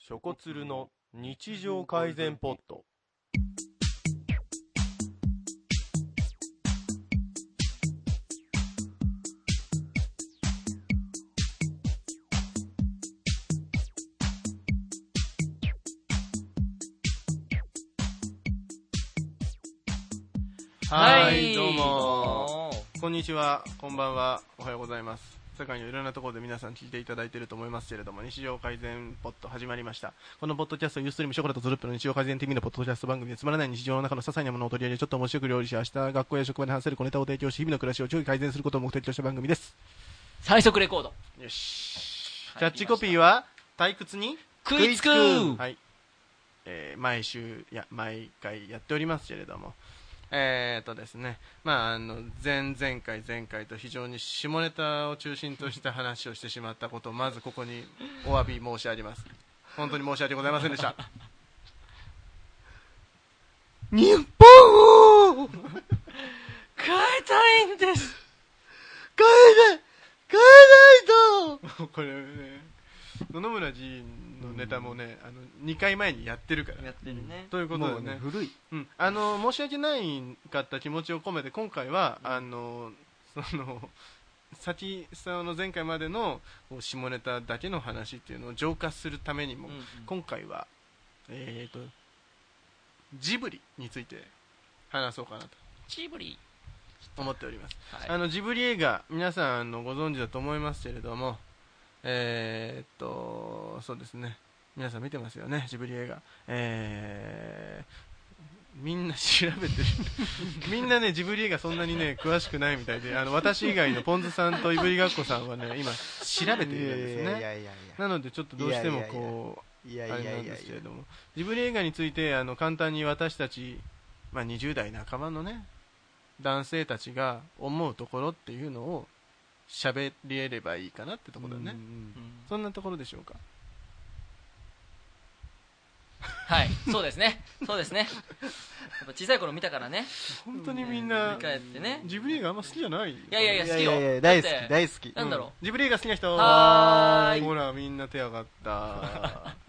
ショコツルの日常改善ポット。はい、どうも。こんにちは、こんばんは、おはようございます。世界のいろんなところで皆さん聞いていただいていると思いますけれども、日常改善ポッド始まりました。このポッドキャスト、ユーストリームショコラとズルップの日常改善的なポッドキャスト番組でつまらない日常の中の些細なものを取り上げ、ちょっと面白く料理し、明日学校や職場で話せる小ネタを提供し、日々の暮らしを上位改善することを目的とした番組です。最速レコードよし。はいキャッチコピーは、退屈に食いつくはい。えー毎週、いや、毎回やっておりますけれども。えー、とですね、まあ、あの、前々回、前回と非常に下ネタを中心とした話をしてしまったことを、まずここにお詫び申し上げます。本当に申し訳ございませんでした。日本を変え変えたいんですない変えないと これね、野々村議員のネタもね、あの、2回前にやってるからやってるねということでもうねね、古い。うん、あの申し訳ないかった気持ちを込めて今回はあのその先その前回までのこう下ネタだけの話っていうのを浄化するためにも、うんうん今回は、えー、とジブリについて話そうかなとジブリ思っております、はいあのジブリ映画皆さんあのご存知だと思いますけれどもえー、っとそうですね皆さん見てますよねジブリ映画えーみんな調べてる みんなねジブリ映画そんなにね詳しくないみたいであの私以外のポンズさんといぶりがっこさんはね今調べているんですいねやいやいやなのでちょっとどうしてもいやいやこういやいあれやいやなんいやですいけやれどもジブリ映画についてあの簡単に私たち、まあ、20代半ばのね男性たちが思うところっていうのを喋り得ればいいかなってところだね、ううんんそんなところでしょうかはいそうですね そうですねやっぱ小さい頃見たからね本当にみん振なり返ってねジブリ映画あんま好きじゃないいいやいやいや好きいやいよや大好だってき大好きなんだろジブリ映画好きな人はーいほらみんな手上がった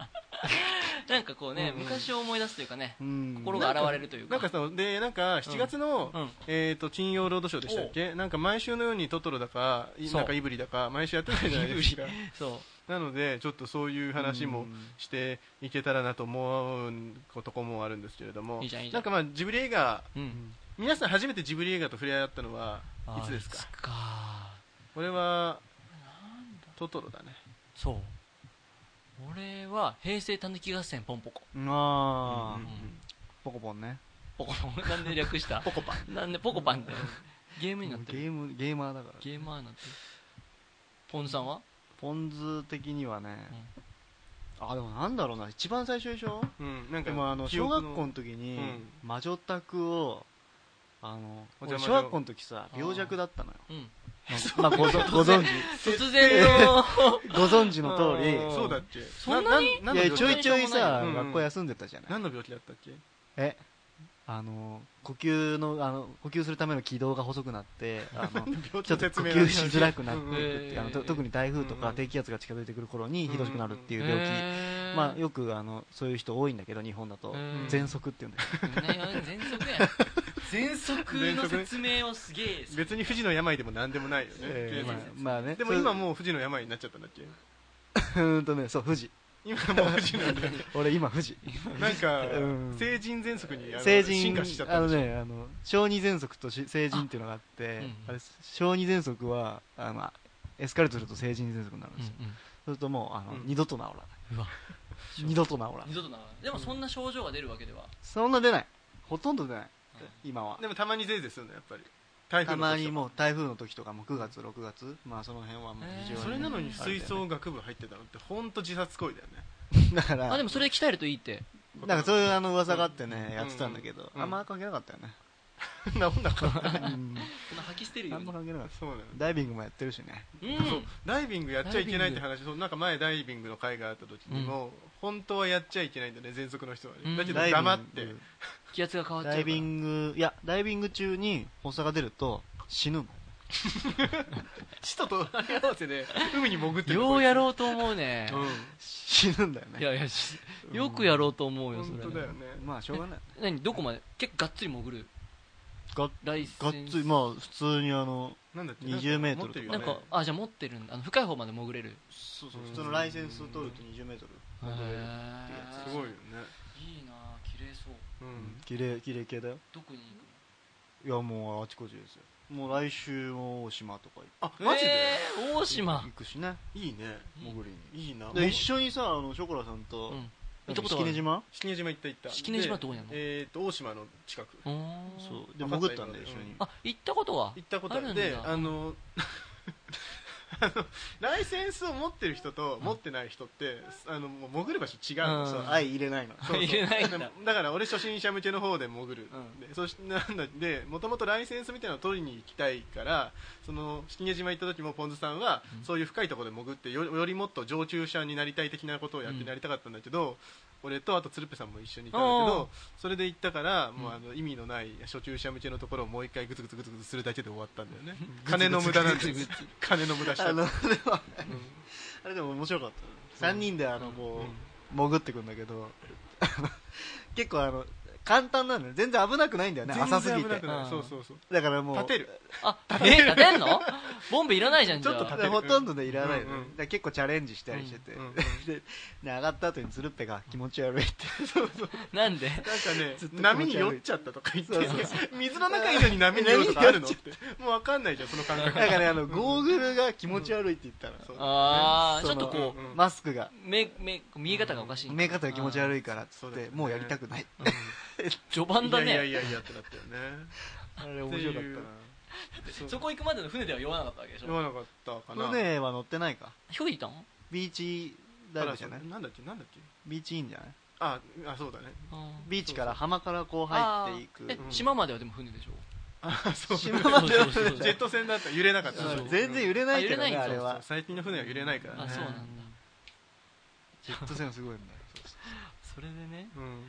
うなんかこうねうんうん昔を思い出すというかねうん心が現れるというなんかかさでなんか7月の、うんえー、と金曜ロードショーでしたっけなんか毎週のようにトトロだかいそうなんかイブリだか毎週やってたじゃないですかそうなので、ちょっとそういう話もしていけたらなと思うことこもあるんですけれども、いいじゃんいいじなゃんんかまあジブリ映画、うん皆さん初めてジブリ映画と触れ合ったのはあーいつですかいつかこれはトトロだね。そう俺は平成たぬき合戦ポンポコあうんーポコポンねポコポンなんで略したポコパン。なんでポコパンってゲームにゲなってるームゲーマーだからゲーマーになってるポンさんはポンズ的にはねあでもなんだろうな一番最初でしょうん、なんかでもあの記小憶学校の時にうん魔女宅をあのお邪魔俺女小学校の時さ病弱だったのようんまあごぞご存知突然のご存知の通りそうだっけそんなになんいのや病ちょい気ちょいさうん学校休んでたじゃない何の病気だったっけえあの呼吸のあの呼吸するための軌道が細くなって あの病気ちょっと呼吸しづらくなってうんうんえーあのと特に台風とうんうかん低気圧が近づいてくる頃にひどくなるっていう病気、病まあ、よくあのそういう人多いんだけど日本だと、うん喘息ってい うんだよ全息や全息の説明をすげえする別に不治の病でも何でもないよね。え ーまあ検査まあねでも今ももう不治の病になっちゃったんだっけううーんとねそう富士今もう不治なんだよね。俺今富士 なんか、うん成人喘息にあの成人進化しちゃったあんのでしょねあの小児喘息とし成人っていうのがあってあうんあれ小児喘息はあのエスカレートすると成人喘息になるんですよ、そうするともうあの、うん二度と治らないうわ二度と治らない二度とならないでもそんな症状が出るわけではそんな出ないほとんど出ない今はでもたまにゼーゼーするのやっぱり台風たのま時にとかもう台風の時とかも9月6月まあその辺はもう非常えーにそれなのにあれだよ吹ね奏楽部入ってたのって本当自殺行為だよねだからあでもそれ鍛えるといいってなんかそういうあの噂があってねんやってたんだけどうんあんま関係なかったよね 治んなかったねそんな吐き捨てるあよんまね関係なかったそうだよねダイビングもやってるしねうんそうダイビングやっちゃいけないって話そうなんか前ダイビングの会があった時にも、本当はやっちゃいけないんだよね喘息の人はね、うんだけどダイビング黙って気圧が変わっちゃう ダイビングいやダイビング中に発作が出ると死ぬんだよ使徒と隣り合わせで海に潜ってるようやろうと思うねこいつ死ぬんだよいねやいやしうんよくやろうと思ううんよそ本れ当だよねまあしょうがない何どこまで結構がっつり潜るがライセンスがっつりまあ普通にあのなんだっけ20メート持っルてるよなんねかあじゃあ持ってるんだあの深い方まで潜れるそうそう普通のライセンス取ると2 0メートルへすごいよねいいなあ綺麗そううん綺麗綺麗系だよどこに行いやもうあちこちですよもう来週も大島とかあくのマジでえー大島行くしねいいね潜りにいいなで一緒にさあのショコラさんと、うん行なっんたかこと式がある根島式根島行った行った式根島でどこにあるのえっと大島の近くうーんそうでわかった潜ったんだよ一緒に、あ行ったことは行ったことあるあるんだであの あのライセンスを持ってる人と持ってない人ってあのもう潜る場所違うのうんさ相入れな いのそうそう入れないんだだから俺初心者向けの方で潜る、でそしなんだでもともとライセンスみたいなのを取りに行きたいからその式根島行った時もポン酢さんは、うんそういう深いところで潜ってよよりもっと上級者になりたい的なことをやってなりたかったんだけど、俺とあと鶴瓶さんも一緒にいたんだけおーどそれで行ったから、もうあの意味のない初級者向けのところをもう一回グツグツグツグツするだけで終わったんだよね金の無駄なんですグツグツ金の無駄したあのでもうん あれでも面白かった3人であのこう、潜ってくんだけど 結構あの簡単なんだよ全然危なくないんだよね全然浅す危ぎてなくないうんそうそうそうだからもう立てるあえ立てんのボンベいらないじゃんじゃちょっとあ立てるほとんどでいらないのね、うんうんだから結構チャレンジしたりしてて、うんうんでで上がった後につるっぺが気持ち悪いってなんでなんかね ずっと気持ち悪い波に酔っちゃったとか言ってそうそう水の中いるのに波に酔うとかあるのってもう分かんないじゃんその感 覚だからねあのゴーグルが気持ち悪いって言ったの、そうああちそょっのとこうんマスクがう目目見え方がおかしい見え方が気持ちい悪いからっつそっうて、だよねもうやりたくない序盤だいやいねやいやいやってなったよねあれ面白かったなそうそこ行くまでの船では酔わなかったわけでし酔ょわなかったかな船は乗ってないかひょいいたんビーチダイブじゃないなんだっけなんだっけビーチインじゃないああそうだねビーチかそらう浜からこう入っていあーえくうん島まではでも船でしょあそうジ島までは そうそうそうェット船だったら揺れなかったそうそう全然揺れないけどあ揺れねないあんだれそうは最近の船は揺れないからねあそうなんだジェット船はすごいんだよそれでねうん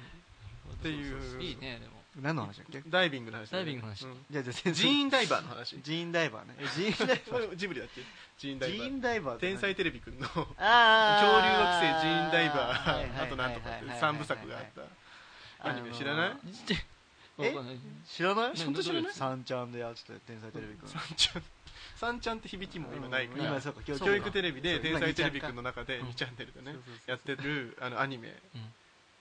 っていうそそそいいねでも何の話だっけダイビングの話だねダイビングの話うんじゃあじゃあ全ジ然ーンダイバーの話ジーンダイバーねえジーンダイこれジブリだっけジーンバダーイジバーーンダイバーって何天才テレビくんのあ恐竜ー惑星ジーンダイバはいはいはいーはあいとなんとかって3部作があったアニメ知らないあのー わえかんない知らなねい本当知らない三ちゃんでやってたよ天才テレビくん三ちゃん三ちゃんって響きも今ないから今そうか教教育テレビで「そう天才テレビくん」の今中でうん2チャンネルでねそうそうそうやってるあのアニメうん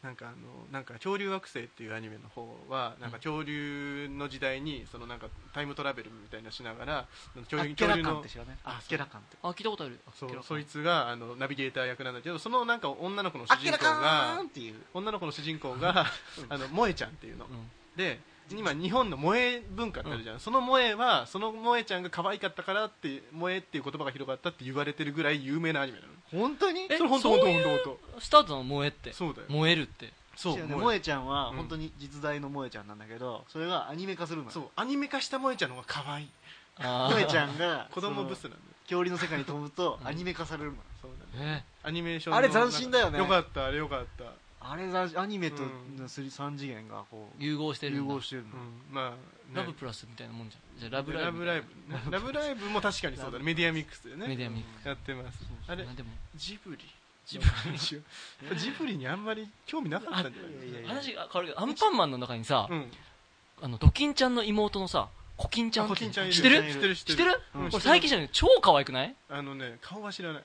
なんかあのなんか恐竜惑星っていうアニメの方はなんか恐竜の時代にそのなんかタイムトラベルみたいなのしながら恐竜あ恐竜ケラカンっのて知らないああケラカンってあ聞いたことあるあそケラうカそいつがあのナビゲーター役なんだけどそのなんか女の子の主人公がっていう女の子の主人公があの萌えちゃんっていうのうんで今日本の萌え文化ってあるじゃん、その萌えはその萌えちゃんが可愛かったからって萌えっていう言葉が広がったって言われてるぐらい有名なアニメなの本当にえそれ本当そう本当い本う当本スタートの燃えって当そうだよ燃えるってそう違うね萌萌ええちゃんはうん本当に実在の萌えちゃんなんだけどそれがアニメ化するのそうよアニメ化した萌えちゃんの方が可愛いあー萌えちゃん が子供ブスそのなんだよ恐竜の世界に飛ぶとうんアニメ化されるのよそうだね えアニメーションのあれ斬新だよねよかったあれよかった、うあれだアニメとうん3次元がこう融合してるんだ融合してるのん、まあ、ラブプラスみたいなもんじゃんじゃあラブライラブブライブねラブライブも確かにそうだねメディアミックスでメねディアミックやってますそうあれまあでもジブリジ ジブリジブリにあんまり興味なかったんじゃないいやいやいや話が変わるけどアンパンマンの中にさうんあのドキンちゃんの妹のさコキンちゃんってコキンちゃんいる知ってる知ってる知ってる知ってるうん俺最近じゃ超可愛くないあのね顔は知らない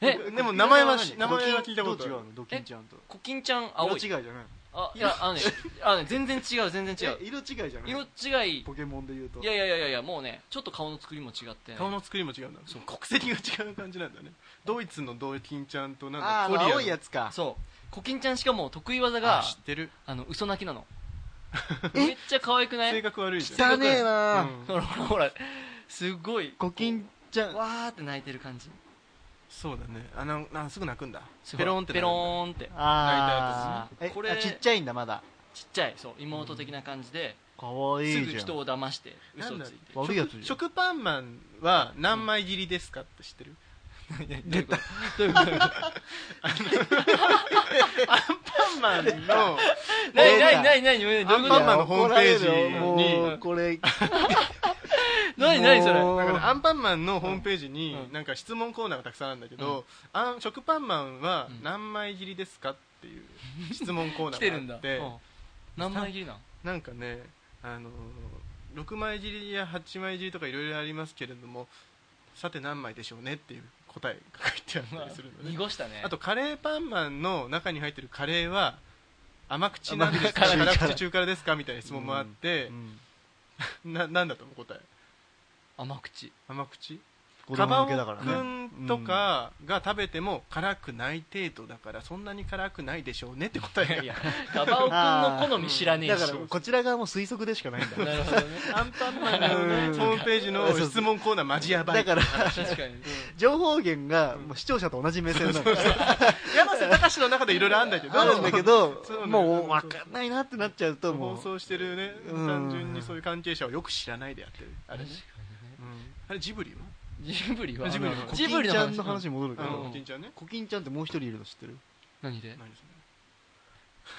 えでも名前はしドキン名前は聞いたことあるどう違うのドキンちゃんとコキンちゃん色青違いいじゃないのあいやあのねあのね全然違う全然違うえ色違いじゃない色の違いポケモンで言うといやいやいやいやもうねちょっと顔の作りも違って顔の作りも違うんだそう国籍が違う感じなんだねドイツのドイキンちゃんとなんだああコリアの青いやつかそうコキンちゃんしかも得意技あが知ってるあの嘘泣きなのめっちゃ可愛くな性い格悪いじゃん汚ねえなうーんほらほらほらすごいコキンちゃんわーって泣いてる感じそうだねあなんなんすぐ泣くんだすごペいロンってペンローンってあ泣いーたやつえこれあちっちゃいんだまだちっちゃいそう妹的な感じでかわいすいぐじゃ人んを騙して嘘をつい悪いやつじゃん食パンマンは何枚切りですかって知ってるて出たどういうこと どういうことパンマンの何何何何何どうアいンうパこンマンのホームページに怒られるよもうこれ 何何それなんかね、あアンパンマンのホームページにうん、なんか質問コーナーがたくさんあるんだけど、あん食パンマンはうん何枚切りですかっていう質問コーナ 来てるーんがだあってう、ん何枚切りなんなんかね、あのー、6枚切りや8枚切りとかいろいろありますけれども、さて何枚でしょうねっていう答えが書いてあったりする のね。濁したねあとカレーパンマンの中に入ってるカレーは甘口なんですか甘口辛口中辛ですかみたいな質問もあって、ななんだと思う答え甘口甘口子カバ供オ向けだからくねんとかが食べても辛くない程度だからそんなに辛くないでしょうねって答えがいやガバオくんの好み知らねえだしからこちら側も推測でしかな いんだなるほどねアンパンマンのうんねホームページの質問コーナーマジやばいだから確かに情報源がもう視聴者と同じ目線なんだ山瀬隆の中でいろいろあるんだけどあるんだけどそうねもう分かんないなってなっちゃうとも放う送してるねうん単純にそういう関係者をよく知らないでやってるあれねうんあれジブリはジブリはジブリコジブキリのンちゃん話の話に戻るけあのどおきんちゃんねコキンちゃんってもう一人いるの知ってる何で何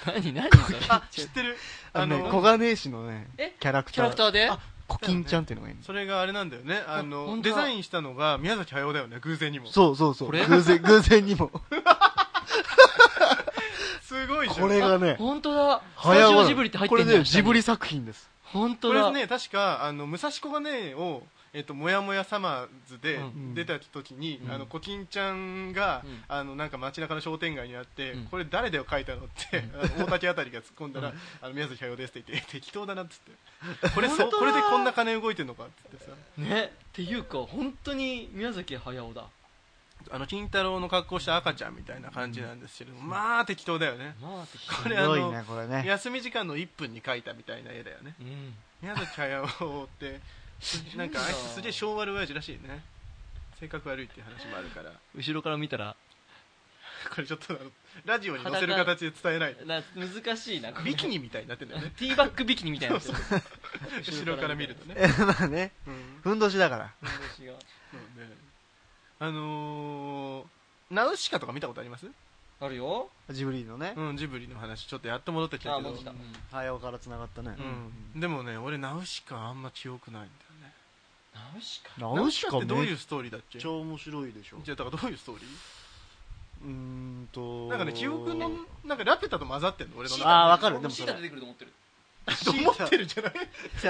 それ何何それあ知ってるああのねの小金井市のねえキャラクキタャーラクターであコキンちゃんっていうのがいるのそれがあれなんだよねああの本当デだザインしたのが宮崎駿だよね偶然にもそうそうそうこれ偶然偶然にもすごいじゃんこれがね本当だス早タわジなオのジブリって入ってこんれだねジブリ作品です本こ当れだね確かあの武蔵小金井をえっともやもやサマーズでうん出た時に、うんあのコキンちゃんが、うんあのなんか街中の商店街にあって、うんこれ誰だよ書いたのって、あの大竹あたりが突っ込んだら、あの宮崎駿ですって言って 適当だなっつってこれそうこれでこんな金動いてんのかっつってさねっていうか本当に宮崎駿だあの金太郎の格好した赤ちゃんみたいな感じなんですけど、まあ適当だよねまあってこすれあごいのねこれね休み時間の1分に描いたみたいな絵だよねうん宮崎駿ってなんかあいつすげえ昭和の親父らしいね性格悪いっていう話もあるから後ろから見たらこれちょっとあのラジオに載せる形で伝え ないな難しいなこれビキニみたいになってんだ よねティーバックビキニみたいなやつ後ろから見るとね、え まあねうんふんどしだから私がそうねあのーナウシカとか見たことあります、あるよジブリのねうん、ジブリの話ちょっとやっと戻ってきたあけど戻ってきた早尾から繋がったねうん、でもね俺ナウシカあんま記憶ないんだよねナウシカナウシカってどういめうっストーリーだっけちゃ面白いでしょじゃあだからどういうストーリうーんとーなんかね記憶 のなんかラピュタと混ざってんの俺の中であーわかるでもシーそれタ出てくると思ってると 思ってるじゃない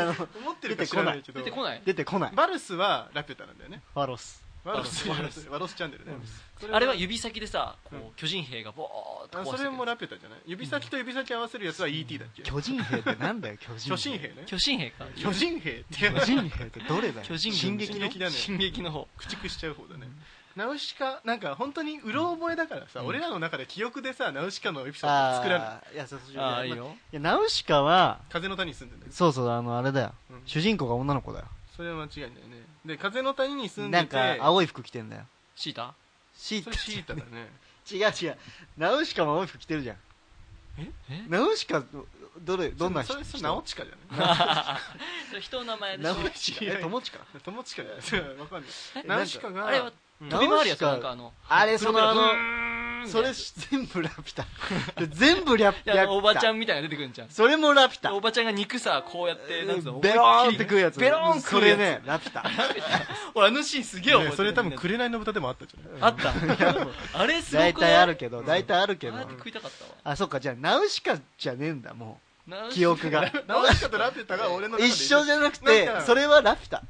あの思ってるか知らないけど出てこない出てこないバルスはラピュタなんだよねファロスワロスワロスワロスチャンネルねそあれは指先でさこうう巨人兵がボーっとあ壊してそくれるもラピュタじゃない指先と指先合わせるやつは ET だっけ巨人兵ってなんだよ巨人巨神兵ね巨人兵か巨人兵って巨 人兵ってどれだよ巨人進撃進の撃だね進撃の方駆逐しちゃう方だねナウシカなんか本当にうろ覚えだからさ俺らの中で記憶でさナウシカのエピソード作らないあーいやそうそうそうああいいいやまよいやナウシカは風の谷に住んでんだよそうそうあのあれだようん主人公が女の子だよそれは間違いないねで風の谷に住んなでんてか青い服着てんだよシータシーそタれシータだね違う 違うナウシカも青い服着てるじゃんえナウシカどれどんなそ人れそれ人ナオチカじゃないそれ人の名前でしナょウシカ違うえ友近友近じゃないそれわかんないえナウシカがあれはうん飛び回るやつナウなシカんかあのあれそのあのそそれれ全部ラピュタ全部ラピュタおばちゃんみたいなの出てくるんじゃんそれもラピュタおばちゃんが肉さこうやってなんつうのベローンって食うやつベローン食そうやれつねラピュタ俺あのシーンすげえ覚えてねるそれ多分紅の豚でもあったじゃないあった あれすごくない大体あるけど大体あるけどあれ食いたかったわあそっかじゃあナウシカじゃねえんだもナウシうカ 記憶がナオシカとラピュタが俺の中で一緒じゃなくてなんかそれはラピュタ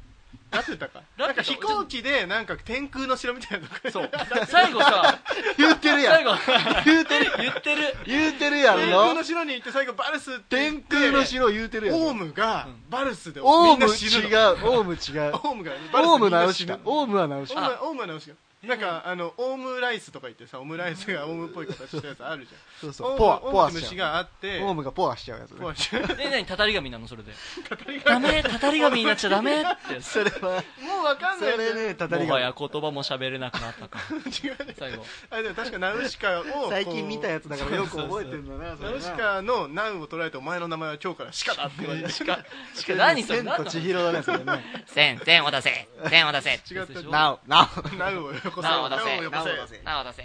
ラピュタかなラんピかュタ飛行機でなんか天空の城みたいなとこそう最後さ言うてるや最ん後 言うてる言ってる言うてるや天空んのの城に行って最後バルスって言って天空の城言うてるやんオウムがバルスでオみウんなム違う死ぬのオウム違うオウムがバルスオウみムんなナウ死シぬカオウムはナウシオウムカはオウムはナウシカなんかあのオウムライスとか言ってさオムライスがオウムっぽい形したやつあるじそうゃんオそうウポムアポオアウムってし虫ちゃがあってうオウムがポアしちゃうやつねポアしちゃうえ何たたり神なのそれで語りがダメたたり神になっちゃダメってやつ それはもうわかんそないれねたたりもはがや言葉も喋れなくなったか違うね最後あれでも確かナウシカをこう最近見たやつだからよく覚えてんだなそナれウなシカのナウを捉えてお前の名前は今日からシカだって言われてしかしか何それ千と千尋だねそれね千、千を出せ。千を出せ。違ったなおなナウをよこせなお出せナウをよこなお出せせなお出せ。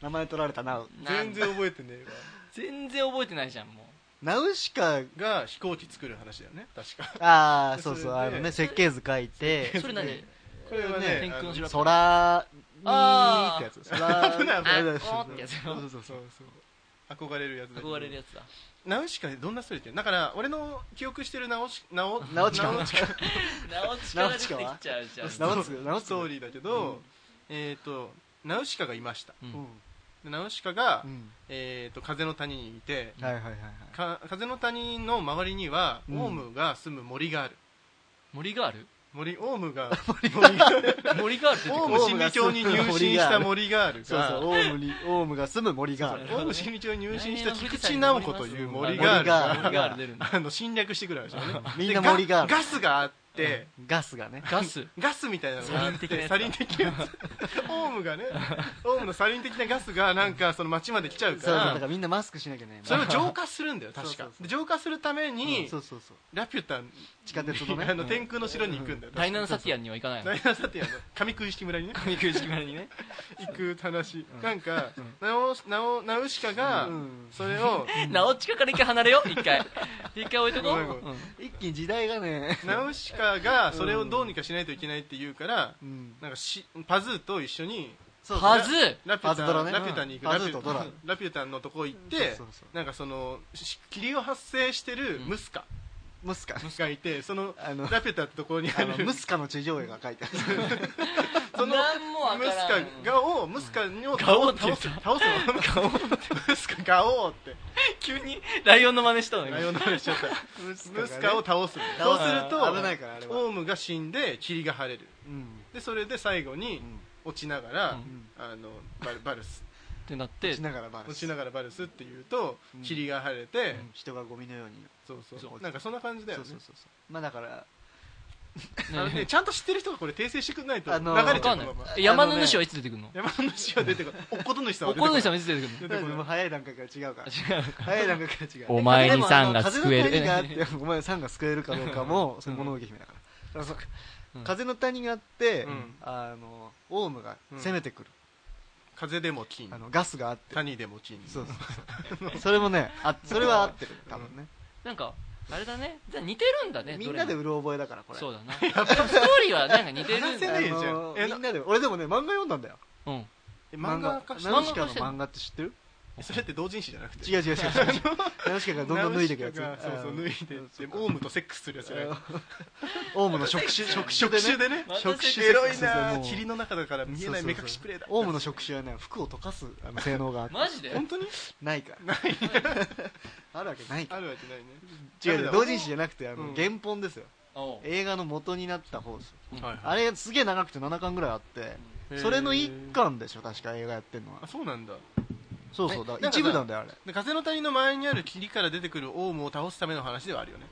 お名前取られたなお何全然覚えてねえわ全然覚えてないじゃんもうナウシカが飛行機作る話だよね確かああそうそうそれあでのね設計図書いてそれ何これはね天空の城空にーってやつ空危ない危ないそうあこうってやつそうそうそう憧れるやつだけど憧れるやつだナウシカどんなストーリーってだから俺の記憶してるナオシナオナオチカナオチカなおちから出てきちゃうじゃんナオチカナオチスカトーリーだけど、えっ、とナウシカがいましたううんんでナウシカが、うんえー、と風の谷にいてはいはいはいはいか風の谷の周りには、うんオウムが住む森がある森がある森オウム が森があるってオウこム真理教に入信 した森があるがそうそうオウムにオウムが住む森があるオウム真理教に入信した菊池直子という森がある森ががあるが出るんだあの侵略してくるわけですよね みんな森があでガガるスがあって、ガスがねガスガスみたいなのがあっサリン的なてやつサリン的なやつ オウムがねオウムのサリン的なガスがなんかその街まで来ちゃうそかうだかららみんなマスクしなきゃねそれを浄化するんだよそう確そうかそうで浄化するためうにんそうそうそうラピュタ地下鉄のね あの天空の城に行くんだよダイナンサティアンには行かないの ダイナサティアの上空式村にね神空島にね 行く話なんかナオナオナウシカがうんそれをなおちかから一回離れよう一回一回置いとこごうめんごめんうん一気に時代がねナウシカがそれをどうにかしないといけないって言うからうんなんかしパズーと一緒にはずラピュパズドタ、ラねラピュタに行くうんラピュパズとドララピュタのとこ行ってそうそうそうなんかそのし霧を発生してるムスカムスカがいてそのあのラピュタのところにああるのムスカの地上絵が書いてあるそのなんもわムかスらんカがをムスカにをガオって言倒す倒ったすのムスカガオって急にライオンの真似したのライオンの話しちゃ ったムムスカをね倒すの倒すそう危ないすからあれるとはオウムが死んで霧が晴れるうんでそれで最後にうん落ちながらんあの バルバルスってなってしながらバラ落しちながらバルスっていうとうん霧が晴れてうん人がゴミのようにそうそうそうなんかそんな感じだよそうねそうそうそうまあだからあのね、ちゃんと知ってる人がこれ訂正してくんないとあ流のれわちゃかうんないまま山の主はいつ出てくるの山の主は出てこ ないおっことぬしさんおはっ出てここなのい人はいつ出てく出るてこないもう早い段階から違うからの違う早い段階から違うお前にさサんンが救える風の谷があってお前さんが救えるかどうかもその物置姫だからそうかうん風の谷があってうんあのオウムが攻めてくる風でも金あのガスがあって谷でも金そうそう そうそれもねあそれは合ってる多分ねなんかあれだねじゃあ似てるんだねみんなでどれもうる覚えだからこれそうだなストーリーはなんか似てるん話せだなあいじゃんのえみんなで俺でもね漫画読んだんだようんえ漫画化しナウシ漫画カの化してんの漫画って知ってるえそれって同人誌じゃなくて違う違う違う違うナウシカがどんどん脱いでいくやつナウシカがそうそう脱いでってうんオウムとセックスするやつじゃないオウムの触手触手触手ででねねまた触手エロいセックスですなよぁもう霧の中だから見えないそう目そうそう隠しプレイだオウムの触手はね服を溶かすあの性能があってマジで本当にないかならいあるわけないかあるわけないねら違うダメ違だう同人誌じゃなくてあの、うん原本ですよおう映画の元になった方ですよはいあれすげえ長くて7巻ぐらいあってそれの一巻でしょ確か映画やってるのあはそうなんだそうそうなだんからかさ一部なんだよあれで風の谷の前にある霧から出てくるオウムを倒すための話ではあるよね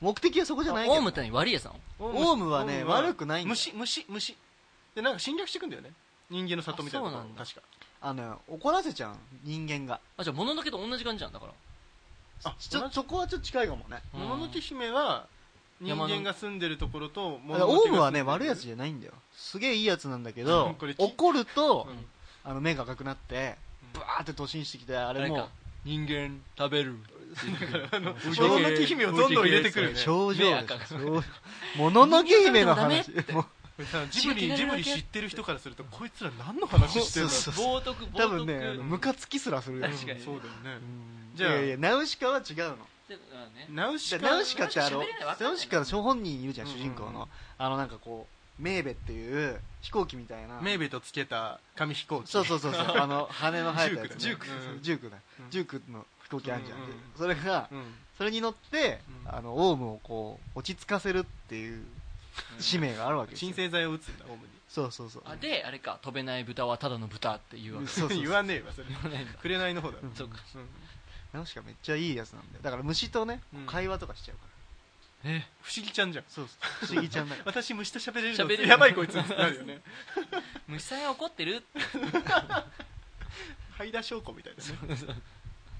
目的はそこじゃないけどオウムって何悪いやさんオウムはねオウ悪くないんだよ虫虫虫でなんか侵略していくんだよね人間の里みたいなとこあそうなんだ確かあのよ怒らせちゃう人間があじゃあもののけと同じ感じなんだからあちょ同じそこはちょっと近いかもねもののけ姫は人間が住んでるところとだからオウムはね悪いやつじじゃないんだよすげえいいやつなんだけどこれ聞い怒ると、うんあの目が赤くなってブワーって突進してきてあれもうあれか人間食 べるゃんもののけ姫をどんどん入れてくるね症目状で赤くすよもののけ姫の話もうジブリジブリ知ってる人からするとこいつら何の話してるんだそうそう冒涜冒涜多分ねあのムカつきすらするよ確かにそうだよねじじゃゃああいやいやナウシカは違うのでうんねナウじシゃあカナウシカってあの喋れないわかんないナウシカの本人いるじゃんうん主人公のあのなんかこうメーベっていう飛行機みたいなメーベとつけた紙飛行機そうそうそ うそうあの羽の生えたやつねジュークだそううんジュークだうんジュークの飛行機あるじゃんうんうんうんそれがうんそれに乗ってうんあのオウムをこう落ち着かせるっていう使命があるわけですよ鎮静剤を打つんだオウムにそうそうそうあであれか飛べない豚はただの豚っていうわけそうそうそう言わねえわそれ言わないんだ紅の方だそうかうんナウシカめっちゃいいやつなんだよだから虫とねうん会話とかしちゃうからえ不思議ちゃんじゃんそうそう不思議ちゃんだから私虫と喋れる喋れのるやばいこいつってなるよね虫さんが怒ってる灰田証拠みたいなね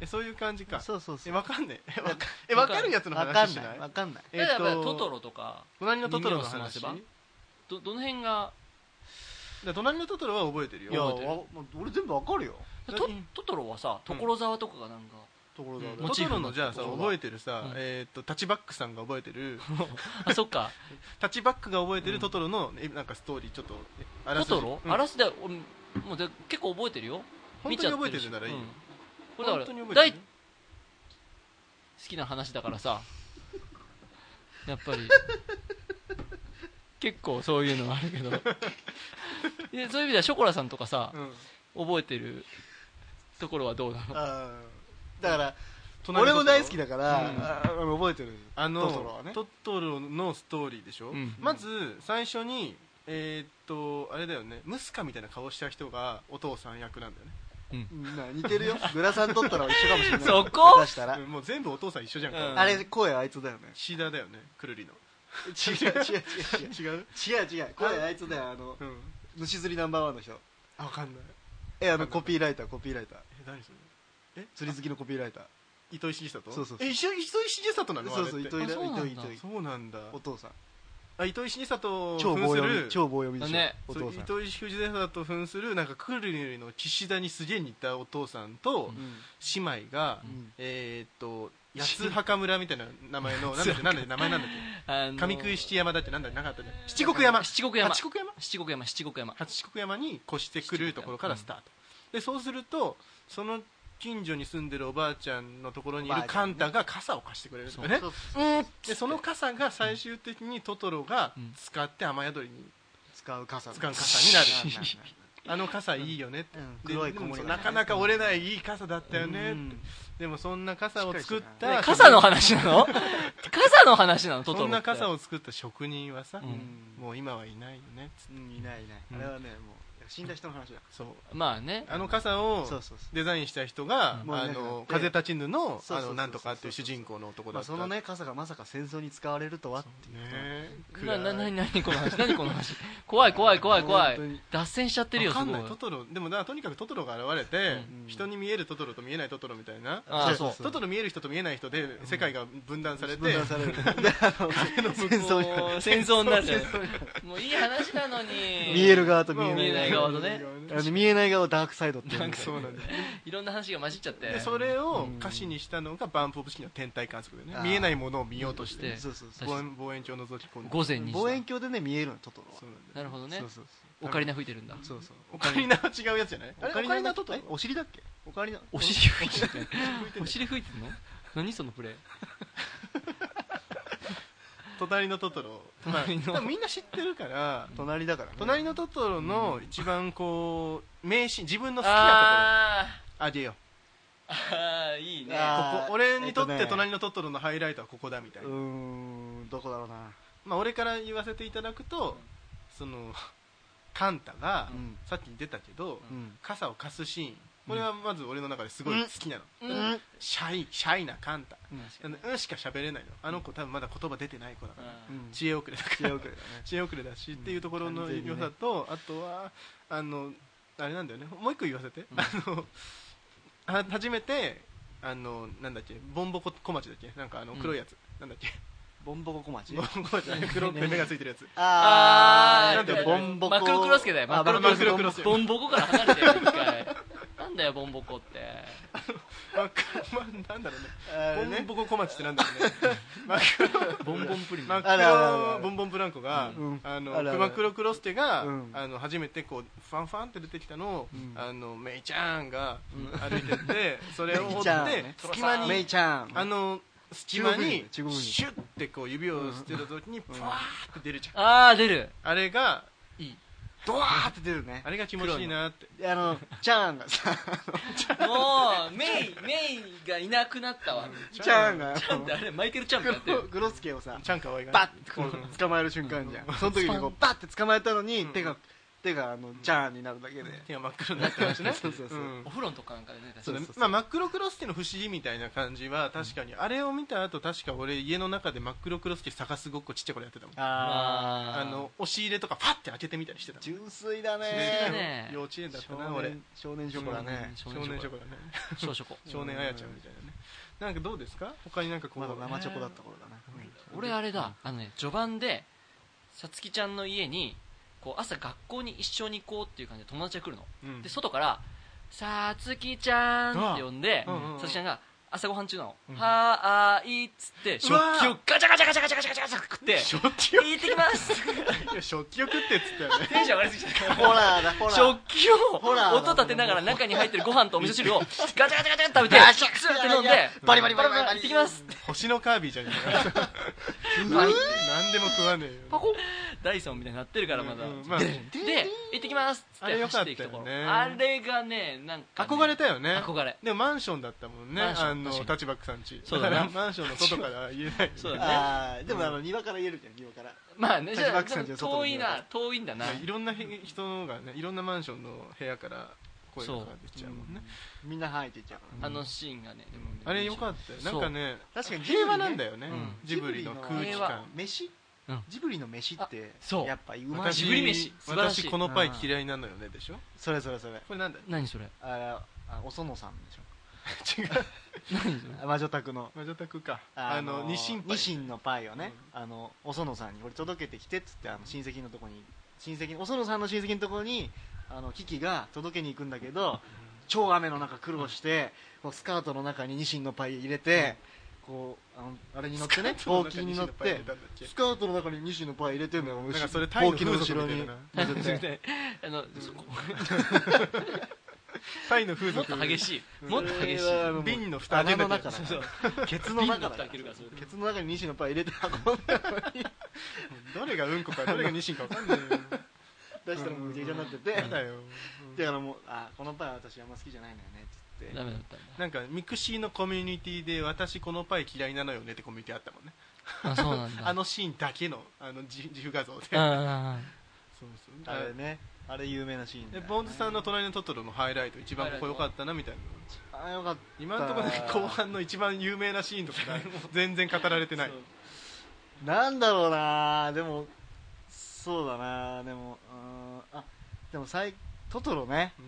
え そういう感じかそうそうそえうわかんねええわかえわかるやつのわか話んしなないいわかんないだからやっぱりトトロとか隣のトトロの話耳をだ澄ませどどの辺がから隣のトトロは覚えてるいやよわもう俺全部わかるよトトトロはさ所沢とかがなんかところだねうんももちちろろんんのじゃあさそうだ覚えてるさ、うんえーっとタッチバックさんが覚えてるあそ っかタッチバックが覚えてるトトロの、えなんかストーリーちょっとえあらトすじトロ、うんあらすで俺もうで結構覚えてるよ本当に覚えてるならいいよ、見ちゃってしこれだ本から当に覚え大て好るきな話だからさやっぱり結構そういうのはあるけどでそういう意味ではショコラさんとかさうん覚えてるところはどうなのあーだから隣のトトロ俺も大好きだかうんら、あの覚えてるあのトトロはねトトロのストーリーでしょ、うんまず最初にえーっとあれだよねムスカみたいな顔した人がお父さん役なんだよねな似てるよグラサン取ったら一緒かもしれないそこ出したら、うんもう全部お父さん一緒じゃんか、うんあれ声あいつだよねシダだよねくるりの違う違う違う違違うう違う違う声あいつだよあのうん虫釣りナンバーワンの人あわかんないえあのコピーライターコピーライターえ誰それ釣り好きのコピーライター糸井重里そうそうそうえ糸井糸井重里なのそうそあうれって糸井だあそうなんだ糸井糸井そうなんだお父さんあ糸井重里を超棒扮す読みる超棒読みでしょ、だねおそう父さん糸井重里を扮するなんかくるりの岸田にすげえ似たお父さんとうん姉妹が、んえーっと八墓村みたいな名前のなんだっけなんだっけ名前なんだっあけの上九一山だってなんだっけなかったね七国山七国山八国山七国山七国山八国山に越してくるところからスタート、でそうするとその近所に住んでるおばあちゃんのところにいるおばあちカゃんねンタが傘を貸してくれるんだよねそうでその傘が最終的にトトロがうん使って雨宿りに使う使傘う傘になるうんうんあの傘いいよねって、うんで黒いこでももりそうがねなかなか折れないいい傘だったよね、うんでもそんな傘を作っしたね傘の話なの傘の話なのトトロそんな傘をを作った職人はさ、ううんもう今はいないよねうんいないいない、うんあれはねもう死んだ人の話だそうまあねあの傘をそうそうそデザインした人が、うんあもうのね風立ちぬのそうそうあそうそうのなんとかっていう主人公のう、男まだあ、ったそのね傘がまさか戦争に使われるとはっていうことなんだね暗ないなななにこの話何この話怖い怖い怖い怖い本当に脱線しちゃってるよわすかごんいないトトロでもなとにかくトトロが現れて、うん人に見えるトトロと見えないトトロみたいなあーそうトトロ見える人と見えない人で世界が分断されて、分断されるであの戦争にもう戦争になっちゃうもういい話なのに見える側と見まあえない見えない側とねあの見えない側をダークサイドって言うんだそうなんだよいろんな話が混じっちゃってでそれを歌詞にしたのがバンプ・オブ・チキンの天体観測でねあー見えないものを見ようとしでてそうそうそう確望か遠望遠鏡を覗き込んで午前2時だ望遠鏡でね見えるのトトロはそうなんだなよるほどねそうそうオカリナ吹いてるんだそうそうオカリナは違うやつじゃないあれオカリオカナリナのトトロえお尻だっけオカリナお尻吹い てるお尻吹いてるの何そのプレイ隣のトトロまあ隣の多分みんな知ってるから隣だからね隣のトトロの一番こう名シーン自分の好きなあところあげようーあーいいねあーここ俺にとっえってとね隣のトトロのハイライトはここだみたいうな、ーんどこだろうなまあ、俺から言わせていただくとそのカンタが、うんさっき出たけど、うん傘を貸すシーンこれはまず俺の中ですごい好きなの、ううんんシャイシャイなカンタ確かあにのうんしか喋れないのあの子多分まだ言葉出てない子だから、あうん知恵遅れだか知ら 恵遅れだね知恵遅れだし、っていうところの完全にね良さとあとはあのあれなんだよねもう一個言わせて、あのは初めてあのなんだっけボンボコ小町だっけなんかあのうん黒いやつ、なんだ っけボンボコ小町ボンボコ小町だね黒くて目がついてるや つあーなんでボンボコマクロクロスケだよマクロクロスケあマクロクロスケボンボコから離れてよ一回なんだよボンボコってわかまなんだろうねあれボねンボコ小町ってなんだろうね 真っボンボンプリン黒あらあらあらボンボンブランコが、うんあのあらあら熊黒クロスケが、うんあの初めてこうファンファンって出てきたのを、うんあのメイちゃんが歩いてって、それを追メっイてちゃんね隙間にメイちゃんあの隙間にシ中国人中国人ュッてこう指を捨てた時にパワーって出るじゃん、ああ出るあれがいいドワーって出るねあれが気持ちいいなってであのチャーンがさもうメイメイがいなくなったわチャーンがチャンってあれマイケル・チャンプやって るグロスケをさちゃんかわいがバッてこう捕まえる瞬間じゃんその時にこうバッて捕まえたのに手が手があのチャーンになるだけで手が真っ黒になってましたね そうそうそうんお風呂のとかなんかでねそうねそうそうそうまあ、真っ黒クロスケの不思議みたいな感じは確かに、あれを見た後確か俺家の中で真っ黒クロスケ探すごっこちっちゃい頃やってたもんああーの押し入れとかパッて開けてみたりしてたもん純粋だ粋だねね幼稚園だった少な俺年少年ショコラね少少年年少少女だね少々こ少年あやちゃんみたいなねなんかどうですか他になんかこうまだ生チョコだった頃だな俺あれだあのね序盤でさつきちゃんの家にこう朝学校に一緒に行こうっていう感じで友達が来るのうんで外から「さつきちゃん」って呼んでうんうんうんさつきちゃんが「朝ごはん中なの、うんはーいっつって食器うわーをガチャガチャガチャガチャガチャガチャガチャ食って食器を行ってきますいや食器を食ってっつったよねテンション上がりすぎちゃったホラーだホラー食器ほらを音立てながら中に入ってるご飯とお味噌汁をガチャガチャガチャ食べてスーって飲んでバリバリバリバリ行ってきます星のカービィじゃねえかバリ何でも食わねえよダイソンみたいになってるからまだ、うんうんまあで行ってきますっつあっれて良か走っったてよねいくところあれがねなんかね、憧れたよね憧れでもマンションだったもんねマンションあの確かにタチバックさんちそうだだかならマンションの外からは言えないそうだねあーでもあの庭から言えるじゃん庭からまあねじタッチゃバあックさんでちのも外の遠い庭な遠いんだなねいろんなへ人がねいろんなマンションの部屋から声が出ちゃうもんねみんな範囲って言っちゃうからあのシーンがねでもねあれ良かったよそなうんかね確かに平和なんだよねうんジブリの空気平感和飯うんジブリの飯ってそうやっぱうまい私ジブリ飯素晴らしい私このパイ嫌いなのよねでしょそれそれそれこれなんだ何それああお園さんでしょ違う何それあ魔女宅の魔女宅かあのー日清パイニシンのパイをね、あのお園さんに俺届けてきてっつってあの親戚のとこに親戚のお園さんの親戚のとこにあのキキが届けに行くんだけど超雨の中苦労して、こうスカートの中にニシンのパイ入れて、こうあのあれに乗ってねほうきに乗ってスカートの中にニシンのパイ入れてんのよなんかそれタイほのうきの風後俗ろみたいにだなあ乗せてのそこタイの風もっ俗と激しいもっと激しいそれはあの瓶の蓋開け穴のなき中ゃだそうそ うケツの瓶の蓋中だから開けるからそれケツの中にニシンのパイ入れて運んだのにどれがうんこかどれがニシンか分かんないよ出したらもうぐちゃぐちゃになっててやだよだからもうあこのパイは私あんま好きじゃないのよねっつってダメだったんだなんかミクシーのコミュニティで私このパイ嫌いなのよねってコミュニティあったもんねあそうなんだ あのシーンだけのあの自自負画像で うんうんうんそうそうあれねあれ有名なシーンだでよねボンズさんの隣のトトロのハイライト一番ここ良かったなみたいなあよかった今のところね後半の一番有名なシーンとか が全然語られてないなんだろうなでもそうだなでもうーんあでも最トトロねうん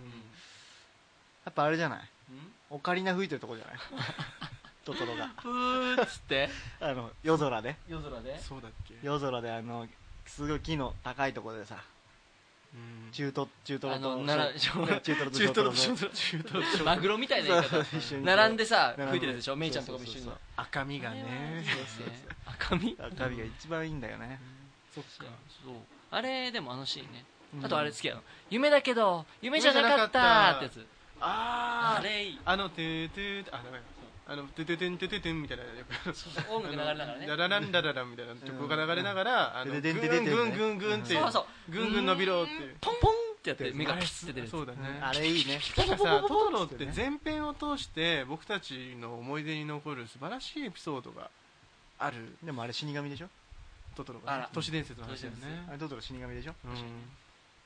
やっぱあれじゃないオカリナ吹いてるとこ じゃないトトロがプーっつってあの夜空で夜空でそうだっけ夜空であのすごい木の高いところでさうん中ト中トロあとのなら中トロと中トロと小ト中トロとマグロみたいな言いロ方そう一緒に並んでさ並んで吹いてるでしょメイちゃんとかも一緒にそうそう赤身がねそうね赤身赤身が一番いいんだよねそっかそうあれでもあのシーンねうんあとあれ好きやの夢だけど夢じゃなかったってやつあああれいいあのトゥトゥあダメあのトゥトゥトゥントゥトゥトゥンみたいなよく音楽流れながらねララランララランみたいな曲が流れながらあのうグんングングングングンってそうそうぐんぐん伸びろっていうポンポンってやって目がピッて出るやつそうだねあれいいねなんかさ、トトロって前編を通して僕たちの思い出に残る素晴らしいエピソードがあるでもあれ死神でしょトトロが、あねら、都市伝説の話だよ都市伝あね、れトトロ死神でしょうん、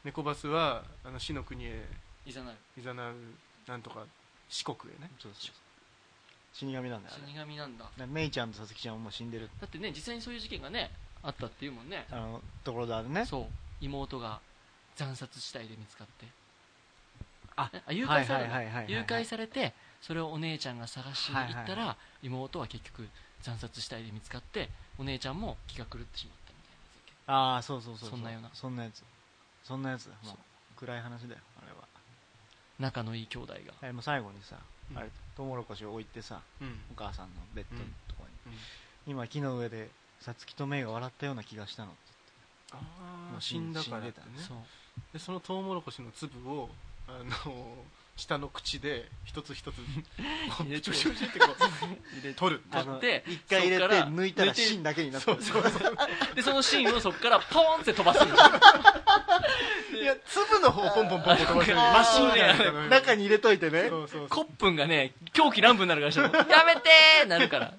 猫バスはあの死の国へいざなるいざなうなんとか四国へね死神なんだよあれ死神なんだだからメイちゃんとさつきちゃんはもう死んでるだってね実際にそういう事件がねあったっていうもんねあのところであるねそう妹が惨殺死体で見つかってあ誘拐されはいはいはいはいはい誘拐されてそれをお姉ちゃんが探しに行ったら妹は結局惨殺死体で見つかってお姉ちゃんも気が狂ってしまったみたいなやつだっけああそうそうそうそんなようなそんなやつそんなやつだもそう暗い話だよあれは仲のいい兄弟があれも最後にさうんあれトウモロコシを置いてさうんお母さんのベッドのところうんに今木の上でさつきとメイが笑ったような気がしたのあもあう死んだからってね死んでたそうでそのトウモロコシの粒をあの下の口で一つ 一つ入れてプチプチってこう取るあ取のって一回入れてそっから抜いたら芯だけになったそうそうそうでそのシーンをそこからポーンって飛ば すのいや粒の方ポンポンポンポン飛ばしてるあーマシンガンとかのように 中に入れといてねそうそうそうコップンがね狂気乱舞になるから してもやめてーなるからっ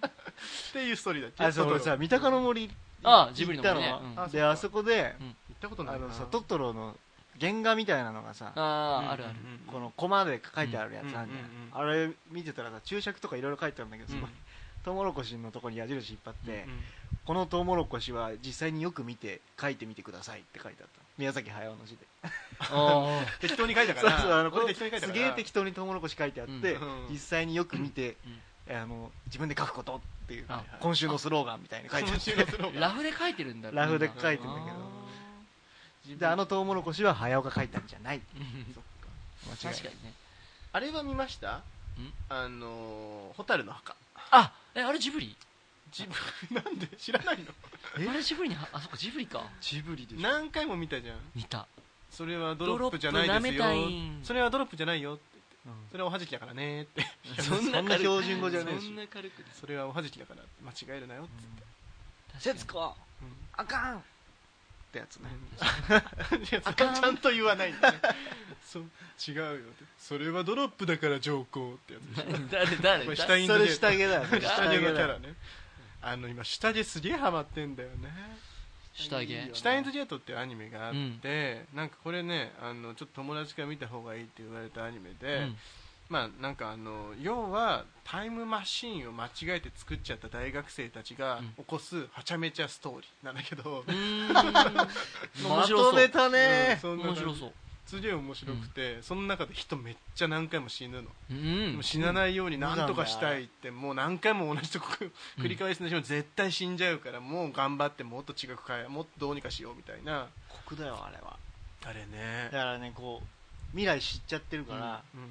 ていうストーリーだっけあそうトトロ俺さ三鷹の森ああジブリの行森っねたのうんあであそこで行ったことないあなのさトトロの原画みたいなのがさあうんああるあるうんこのコマで書いてあるやつあるじうんうんうんゃんあれ見てたらさ注釈とかいろいろ書いてあるんだけどうんすごいトウモロコシのとこに矢印引っ張ってうんこのトウモロコシは実際によく見て書いてみてくださいって書いてあった宮崎駿の字でああ適当に書いたかそうらそうあのこれこ適当に書いたすからげえ適当にトウモロコシ書いてあってうん実際によく見てあの自分で書くことっていうあ今週のスローガンみたいに書いてあっ今週のてスローガンラフで書いてるんだろうねラフで 書いてんだけどであのトウモロコシは駿が書いたんじゃないうん間違いない確かにねあれは見ましたあのー、蛍の墓あえあれジブリジブ なんで知らないのあれジブリにはあそっかジブリかジブリでしょ何回も見たじゃん似たそれはドロップじゃないですドよロップ舐めたいんそれはドロップじゃないよってそれはおはじきだからねってそんな軽く標準語じゃないでしょそんな軽くないそれはおはじきだからって間違えるなよっつって、確かあかんってやつねい やそれはちゃんと言わないんだねそう違うよってそれはドロップだから上皇ってやつでしょに誰誰これ誰下着それ下着だよそ れ下着のキャだよラねあの今下着すげえハマってんだよね下着シュタインズ・ゲートっていうアニメがあって、なんかこれねあのちょっと友達から見た方がいいって言われたアニメで、うんまあなんかあの要はタイムマシーンを間違えて作っちゃった大学生たちがうん起こすはちゃめちゃストーリーなんだけど、うーん面ま白とそめうたねそんな面感じ白そうすげえ面白くて、その中で人めっちゃ何回も死ぬの、うんもう死なないようにそう何とかしたいってもう何回も同じとこうん繰り返すんでしょ絶対死んじゃうからもう頑張ってもっと違く変えもっとどうにかしようみたいな酷だよあれはあれねだからねこう未来知っちゃってるから、うん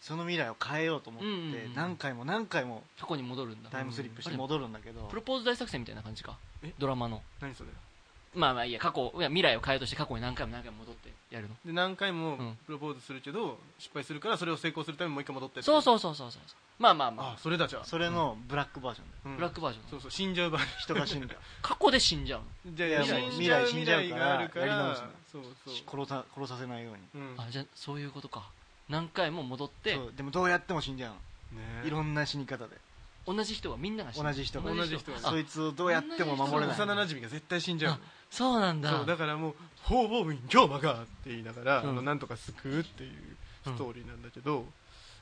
その未来を変えようと思って、うんうんうん何回も何回も過去に戻るんだタイムスリップして戻るんだけど、プロポーズ大作戦みたいな感じかえドラマの何それまあまあいいや過去いや未来を変えようとして過去に何回も何回も戻ってやるので何回もうんプロポーズするけど、失敗するからそれを成功するためにもう一回戻ってそううそうそうそうそうまあまあまあそれだじゃあ、それのブラックバージョンだようんあブラックバージョンそうそう死んじゃう場合人が死んだ過去で死んじゃうのじゃあいやいやもう死んじゃう未来未来があるからやり直すんだそうそう殺さ殺させないようにうんあじゃあそういうことか何回も戻ってそうでもどうやっても死んじゃうのねいろんな死に方で同じ人がみんなが死ぬ同じ人が同じ人があそいつをどうやっても守れない幼なじみが絶対死んじゃうのそうなんだそうだからもう「ホーボーウィン今日マが」って言いながら、うんあのなんとか救うっていうストーリーなんだけど、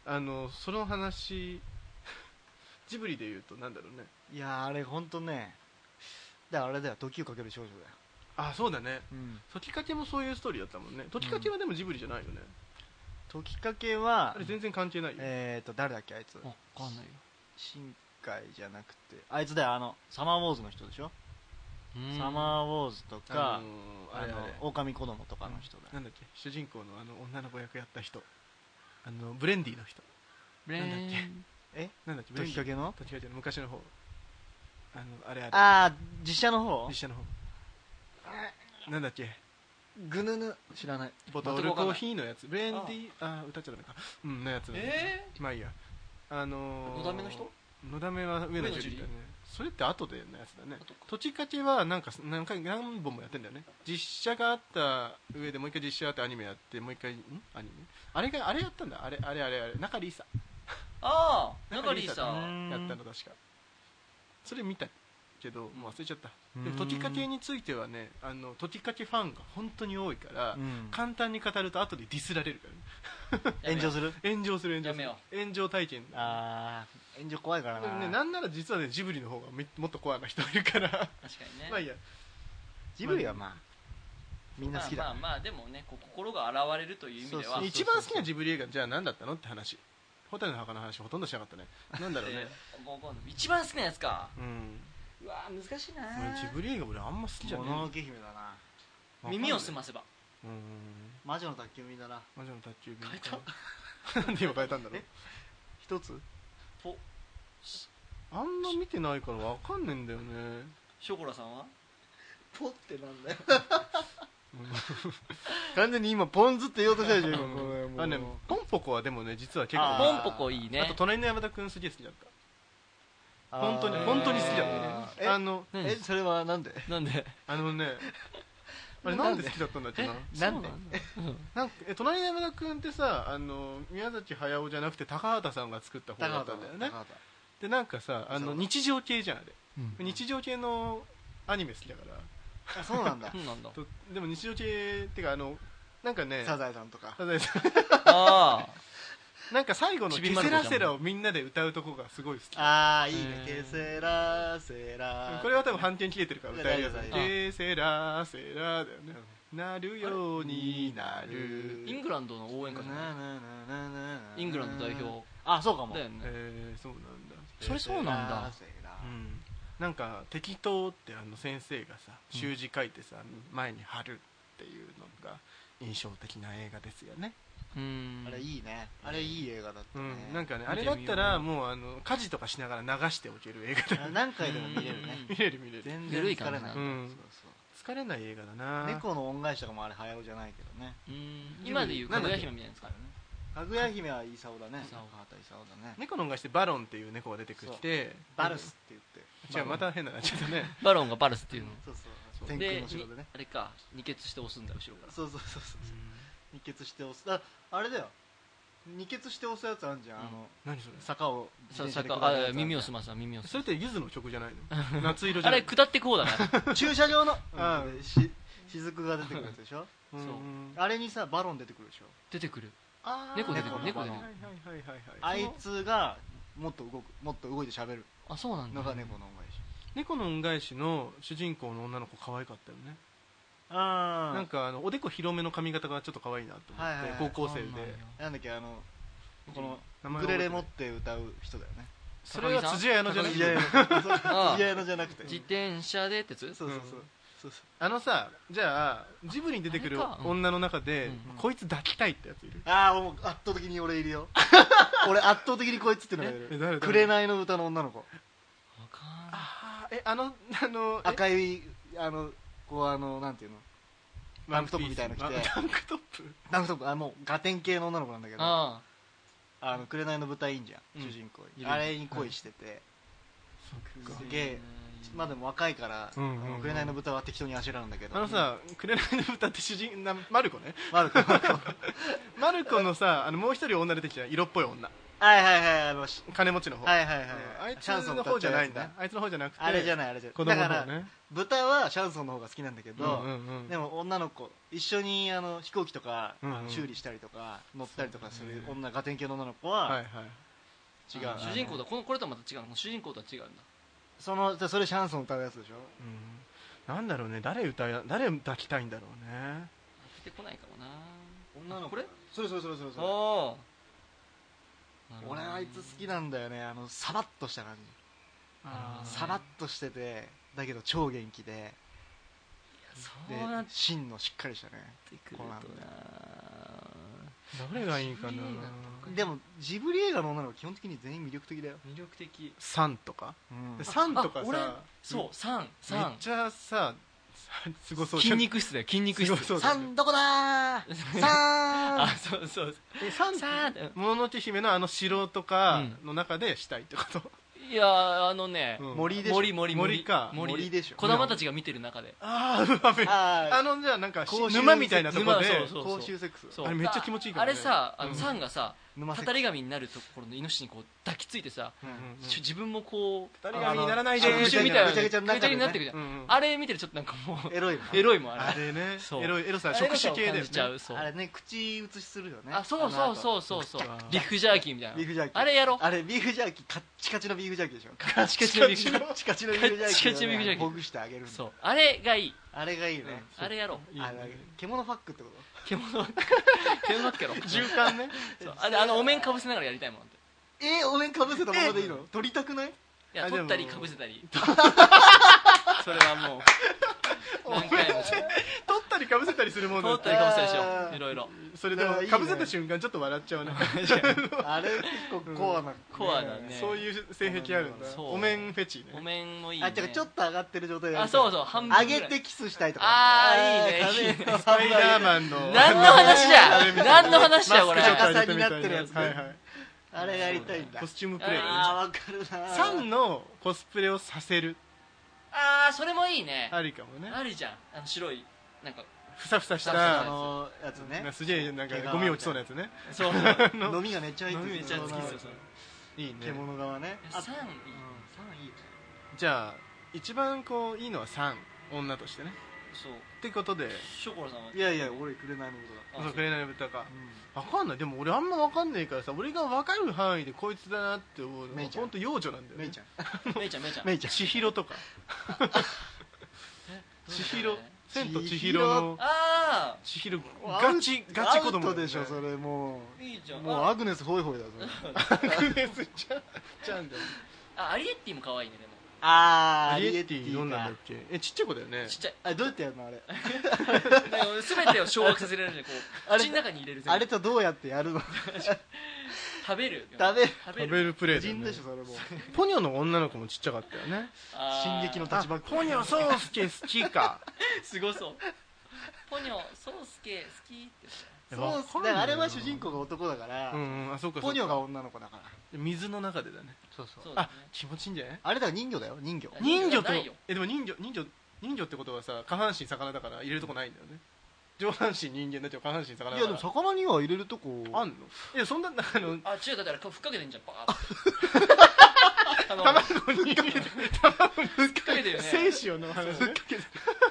あのその話 ジブリで言うとなんだろうねいやーあれ本当ねだからあれだよ時をかける少女だよ、あそうだねうん、時かけもそういうストーリーだったもんね時かけはでもジブリじゃないよね、時かけはあれ全然関係ないよ、えっ、ー、と誰だっけあいつわかんないよ新海じゃなくてあいつだよあのサマーウォーズの人でしょ、うんサマーウォーズとかあのー、ああれのあれ狼子供とかの人だよ、なんだっけ主人公のあの女の子役やった人あのブレンディの人ブレーなんだっンなんだっけブレン時ディかけの時かけの昔の方あのあれあれああ実写の方実写の方なんだっけぐぬぬ知らないボトルコーヒーのやつブレンディあー歌っちゃダメかうんのやつなんだえまあいいやあのーのだめの人のだめは上野上樹里だ野樹ねそれって後でのやつだね後か土地かけはなんか何回何本もやってんだよね実写があった上でもう一回実写あってアニメやってもう一回んアニメあれがあれやったんだあれあれあれあれ中里依紗ああ中里中里依さん紗やったの確かそれ見たけどもう忘れちゃったでも時かけについてはねあの時かけファンが本当に多いから、うん簡単に語ると後でディスられるからね炎上する炎上する炎上すやる炎上体験ああ炎上怖いからでもな,、ね、なんなら実はねジブリの方がめもっとコアな人いるから 確かにねまあいいやジブリはまあみんな好きだ、まあまあまあでもねこう心が洗われるという意味でそうはそう一番好きなジブリ映画じゃあ何だったのって話蛍の墓の話ほとんどしなかったねなんだろう ねえーもう今度一番好きなやつかうんうわー難しいな俺ジブリ映画俺あんま好きじゃもねののけ姫だなえ耳をすまませばうん魔女の宅急便だな魔女の宅急便か なんで今変えたんだろう一つあんま見てないからわかんねえんだよねショコラさんはポってなんだよ完全に今ポン酢って言おうとしたでしょ今これもうあねポンポコはでもね実は結あ構ポンポコいいあねと隣の山田君すげえ好きだったあー本当に本当に好きだったねあえの何えそれはなんでなんであのねあれなんで好きだったんだっけななんでそうなんだなんかえ隣の山田君ってさあの宮崎駿じゃなくて高畑さんが作った方だったんだよね高畑でなんかさあのそう日常系じゃんあれうん日常系のアニメ好きだからあそうなん だそうなんだとでも日常系ってかあのなんかねサザエさん とかサザエさあんなんか最後の「ちケびまるセ子ちゃんラセラ」をみんなで歌うとこがすごい好きああいいねえーケセラセラこれは多分半券切れてるから歌えるやつ大丈夫大丈夫ケセラセラだよねなるようになあるイングランドの応援歌じゃなイいイングランド代表あそうかもだよねえー、そうなんだそれそうなんだセラうセんなんか適当ってあの先生がさ習字書いてさ、前に貼るっていうのが印象的な映画ですよねうんあれいいねあれいい映画だったうね、ん、なんかねあ見てれみよだうったらもうあの家事とかしながら流しておける映画だあ何回でも見れるね見れる見れる全然緩い疲感れじなな、いんだうんそうそう疲れない映画だな猫の恩返しとかもあれ早尾じゃないけどねうん今でいうかぐや姫みたいなやつかかぐや姫はイサオだねイサオ高畑イサオだね猫の恩返しでバロンっていう猫が出てきてバルスって言って違うまた変なのちょっとね バロンがバルスっていうのそうそうう天空の城でねにあれか二血して押すんだ後ろからそうそうそうそう二血して押すああれだよ二血して押すやつあるじゃん、うんあの何それ坂を自さ転さ車でか下るやつああるじゃん耳をすまさ耳をすそれってゆずの曲じゃない の夏色じあゃなれい下ってこうだから駐車場の、うんうん、し雫が出てくるやつでしょうんそうあれにさバロン出てくるでしょ出てくるあー猫出てくる猫はい出はいてくはいはいあはいいつがもっと動くもっと動いて喋るあそうなんだのが猫の恩返し猫の恩返しの主人公の女の子可愛かったよねあななんんかかあのおでこ広めの髪型がちょっと可愛いなと思はいはいっはいて高校生でわかんないよなんだっけあのこの名前ウクレレ覚持えってて歌う人だよねそれは辻彩乃じゃないいやいやああいやのじゃなくて自転車でってやつそうそううそうんそうそうあのさじゃあジブリに出てくるあれかうん女の中でうんこいつ抱きたいってやついるああもう圧倒的に俺い るよ俺圧倒的にこいつってのがいえる誰誰紅の歌の女の子わかんなあいーえあのあのえ赤いあのこうあのなんていうのタンクトップみたいなの着てあタンクトップなんかあもうガテン系の女の子なんだけどああの紅の舞台いいんじゃん、うん主人公いるあれに恋してて、あすげえまあでも若いから、うんうんうんあの紅の豚は適当にあしらうんだけどあのさ「紅の豚」って主人なマルコね マルコマルコマルコのさあのもう一人女出てきた色っぽい女はいはいはいあのし金持ちの方はいはいはいうんあいつシャンソンの歌方っちじゃうやつないんだねあいつの方じゃなくてあれじゃないあれじゃ子な供いだのか方らね豚はシャンソンの方が好きなんだけうど、んうんうんでも女の子一緒にあの飛行機とか、うんうんあの修理したりとか乗ったりとかするそうね女ガテン系の女の子ははいはい違う、あ主人公とはこのこれとはまた違うの主人公とは違うんだそのじゃあそれシャンソン歌うやつでしょうんなんだろうね誰歌や誰抱きたいんだろうね出てこないかもな女の子これそれそれそれそれそれああ俺あいつ好きだなんだよねあのさらっとした感あじーさらっとしててだけど超元気でそでうなっ芯のしっかりしたねてくるとな誰がいいかなジブリ映画とでもジブリ映画の女の子基本的に全員魅力的だよ、魅力的サンとかうんでサンとかあ俺さそう三めっ三ちゃささすごそうじ筋ゃん肉質だよ筋肉質すごそうサンどこだーサあンそうそうえサン三もののけ姫のあの城とかの中でしたいってこと、いやあのねうん森でしょ森森森か森でしょ子供たちが見てる中でああうわめあーあのじゃあなんかし公衆沼みたいなとこ沼そでうそう公衆セックスそうあれめっちゃ気持ちいいからねあれさあうのんサンがさ沼セック語スり神になるところのイノシシにこう抱きついてさうんちょ自分もこう二人神にならないで触手みぐちたゃぐいちゃなになっぐちてゃるねになってるじゃんうんうんあれ見てるとちょっとなんかもうエロいエいロいもんああれれねそうエロいエロさあれ触手系だよ感じちゃねうそうあれね口写しするよねあそうそううそうそうそうあの後ビーフジャーキーみたいなビーフジャーキーあれやろうあれビーフジャーキーカッチカチのビーフジャーキーでしょカチカチのビーフジャーキカチカチのビーフジャーキーカチカチのビーフジャーキーほぐしてあげるんだーそうあれがいいあれがいいねあれやろう いいねあれ獣ファックってこと獣だっけ獣だっけろ循環ねそうあれあのお面かぶせながらやりたいもんってえーお面かぶせたままでいいの撮りたくないいあやで取もったりかぶせたりそれはもう何回も取ったりかぶせたりするもん取だったりかぶせたりしよあーういろいろそれでもいやいいねかぶせた瞬間ちょっと笑っちゃうねあれ結構コアなコアだね そういう性癖あるんだそうお面フェチねお面もいいねあてかちょっと上がってる状態でやありたいそうそう半分ぐら上いげてキスしたいとかあーいいねーいいねダメスパイダーマンの何の話じゃ何の話じゃこれマスクちょっと上げてみたい逆さになってるやつねはいはいあれやりたいんだコスチュームプレイあーわかるなサンのコスプレをさせる ああそれもいいねありかもねありじゃんあの白いなんかふさふさしふさあふさたのやつねなすげえなんかゴミ落ちそうなやつねそう飲みがめっちゃ入ってめっちゃ好きっすよそれいいね獣側ね3位3いいじゃあ一番こういいのは3女としてねそうってことでショコラさんはいやいや俺くれないのこあそう紅の豚かとわかんないでも俺あんまわかんないからさ俺がわかる範囲でこいつだなって思うのメはイちゃんほんと幼女なんだだよメねイちゃんめいちゃんめいちゃんメイちゃん千尋とか千尋千と千尋のあ千尋ガチガチ子供アだウトでしょ それれもあいいじゃうんもうあアグネスホイホイだぞアグネスちゃんちゃんだよあアリエッティも可愛いねでもあーアリエッティどんなんだかっけえちっちゃい子だよねちっちゃいあどうやってやるのあれ全てを掌握させられるんでこうあれ口の中に入れる全部あれとどうやってや るの食べる食べ食べる食るべるプレイだよ人ねでしょそれもポニョの女の子もちっちゃかったよねあー進撃のあ立場ポニョソースケ好きかすごそうポニョソースケ好きってそうっすだからあれは主人公が男だから、うんうんあそうかそうかポニョが女の子だから水の中でだねそうそうだあね気持ちいいんじゃないあれだから人魚だよ人魚あ人魚魚とないよえでも人魚人魚人魚ってことはさ下半身魚だから入れるとこないんだよね上半身人間だけど下半身魚だからいやでも魚には入れるとこあんのいやそんなあのあ違うだからこうふっかけてんじゃんバーッ てあの卵に 入れて卵にふっかけてるよね精子をの話ね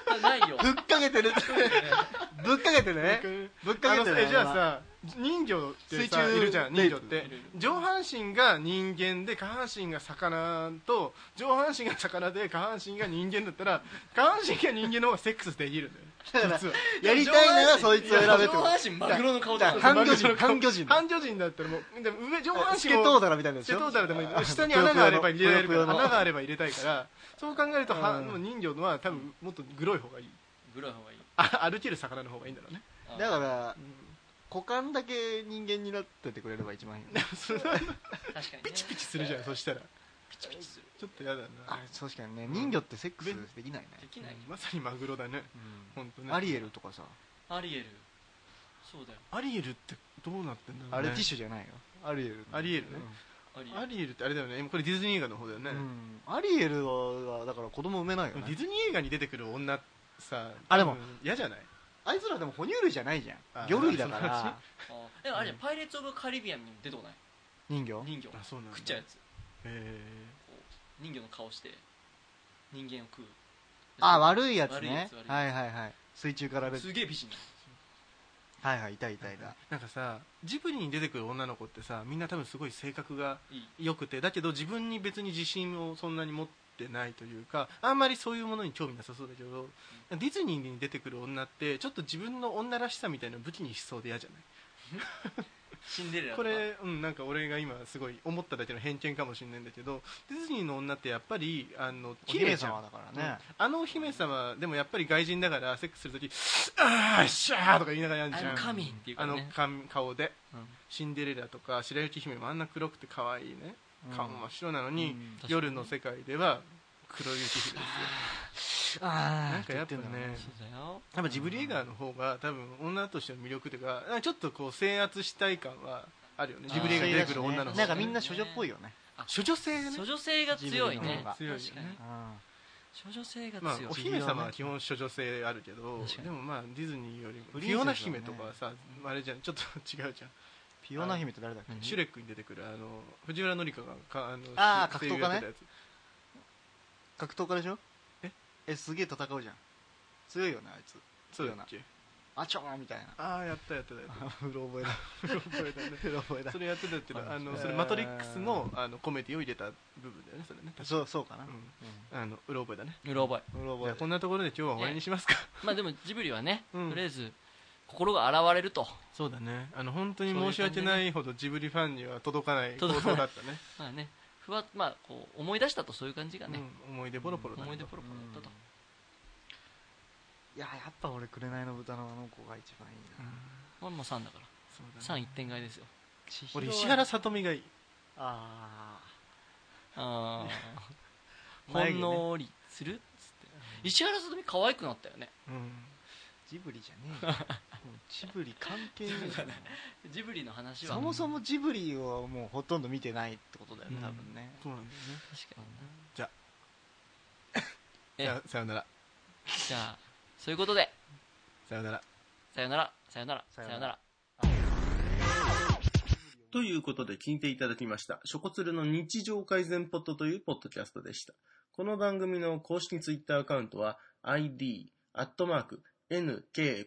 あないよぶっかけて るぶっかけてねぶっかあけのてさるえじゃあさ人魚って水さ中いるじゃん人魚っいてるいる上半身が人間で下半身が魚と上半身が魚で下半身が人間だったら下半身が人間の方がセックスできるんだよだから実はやりたいならそいつを選べって上こと半身マグロの顔だだから半魚人半魚人半魚人だったらもうでも上上半身をスケトウダラみたいなやつスケでしトょウダラでもいい下に穴があれば入れられるからぷよぷよの穴があれば入れたいからそう考えるとはうんもう人魚のは多分もっとグロい方がいいグロい方がいいあ歩ける魚の方がいいんだろうねあだから股間だけ人間になっててくれれば一番いいよねそれは確かにねピチピチするじゃんそしたらピチピチするちょっとやだなあ確かにね人魚ってセックスできないねできないよまさにマグロだねうん本当ねアリエルとかさアリエルそうだよアリエルってどうなってんだろうねあれティッシュじゃないよアリエルアリエルねアリエルアリエルってあれだよねこれディズニー映画の方だようねんうんアリエルはだから子供産めないよデねィズニー映画に出てくる女さあでも多分嫌じゃないあいつらでも哺乳類じゃないじゃあん魚類だかその話らあーでもあれじゃんパイレーツ・オブ・カリビアンにも出てこない人魚人魚あそうなんだ食っちゃうやつえこう人魚の顔して人間を食うあ悪いやつ悪いやねつ悪いやつはいはいはい水中から出てすげえ美人はいはいいたいたいたなんかさジブリに出てくる女の子ってさみんな多分すごい性格がいい良くてだけど自分に別に自信をそんなに持ってないというかあんまりそういうものに興味なさそうだけどディズニーに出てくる女ってちょっと自分の女らしさみたいなの武器にしそうで嫌じゃないシンデレラことかれ、うん、なんか俺が今すごい思っただけの偏見かもしれないんだけどディズニーの女ってやっぱりあのお綺麗姫じゃん様だからねあのお姫様でもやっぱり外人だからセックスするとき「あーしゃー」とか言いながらやるじゃん I'm coming っていうかあらのねか顔で、うんシンデレラとか白雪姫もあんな黒くて可愛いね顔も真っ白なのに、うん確かに夜の世界では黒雪姫ですよあなんかやっぱねそうだよやっぱジブリ映画の方が多分女としての魅力というかちょっとこう制圧したい感はあるよねジブリ映画に出てくる女のなん方かがみんな処女っぽいよね処女性がね処女性が強いジブリのね方が確強かいによね処女性がまあ強い、お姫様は基本処女性あるけど確かにでもまあディズニーよりもフプリンセスィはねオナ姫とかはさあれじゃんちょっと 違うじゃんピオナ姫って誰だっけうんシュレックに出てくるあの藤原紀香がかあのあー声優やってたやつ格闘家でしょええすげえ戦うじゃん強いよねあいつそうだっけあちょーみたいなああやったやったや った うろ覚えだうろ覚えだね うろ覚えだそれやってたっていうの はあのそれえーマトリックスのあのコメディを入れた部分だよねそれね確か そうそうかなうんあのうろ覚えだねうろ覚えうろじゃ覚あえこんなところで今日は終わりにしますかまあでもジブリはね、うんとりあえず心が洗われるとそうだねあの本当に申し訳ないほどジブリファンには届かない行動だ届っかないたねまあねふわまあこう思い出したとそういう感じがね、 うん思い出ボロボロだね思い出ポロポロだったと、いややっぱ俺紅の豚のあの子が一番いいな俺もう3だからそうだね3一点買いですよ千尋俺石原さとみがいいあああほ眉毛ねんのりするっつって石原さとみ可愛くなったよねージブリじ ゃねえよもうジブリ関係ねえよジブリの話はそもそもジブリをもうほとんど見てないってことだよねうん多分ねそうなんだよね確かになえじゃあさよならじゃあそういうことでさよならさよならさよならささよよならならということで聞いていただきました。ショコツルの日常改善ポットというポッドキャストでした。この番組の公式ツイッターアカウントは id、アットマーク、nkpod、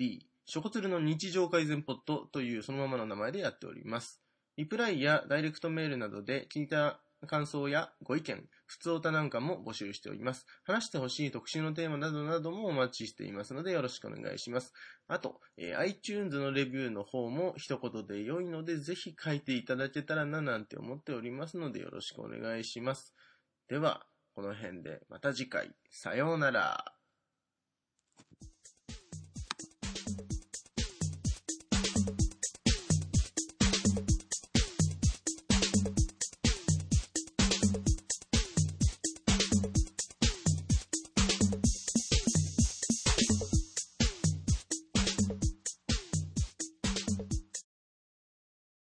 ショコツルの日常改善ポットというそのままの名前でやっております。リプライやダイレクトメールなどで聞いた感想やご意見、普通歌なんかも募集しております。話してほしい特集のテーマなどなどもお待ちしていますのでよろしくお願いします。あと、えー iTunes のレビューの方も一言で良いので、ぜひ書いていただけたらななんて思っておりますので、よろしくお願いします。では、この辺でまた次回、さようなら。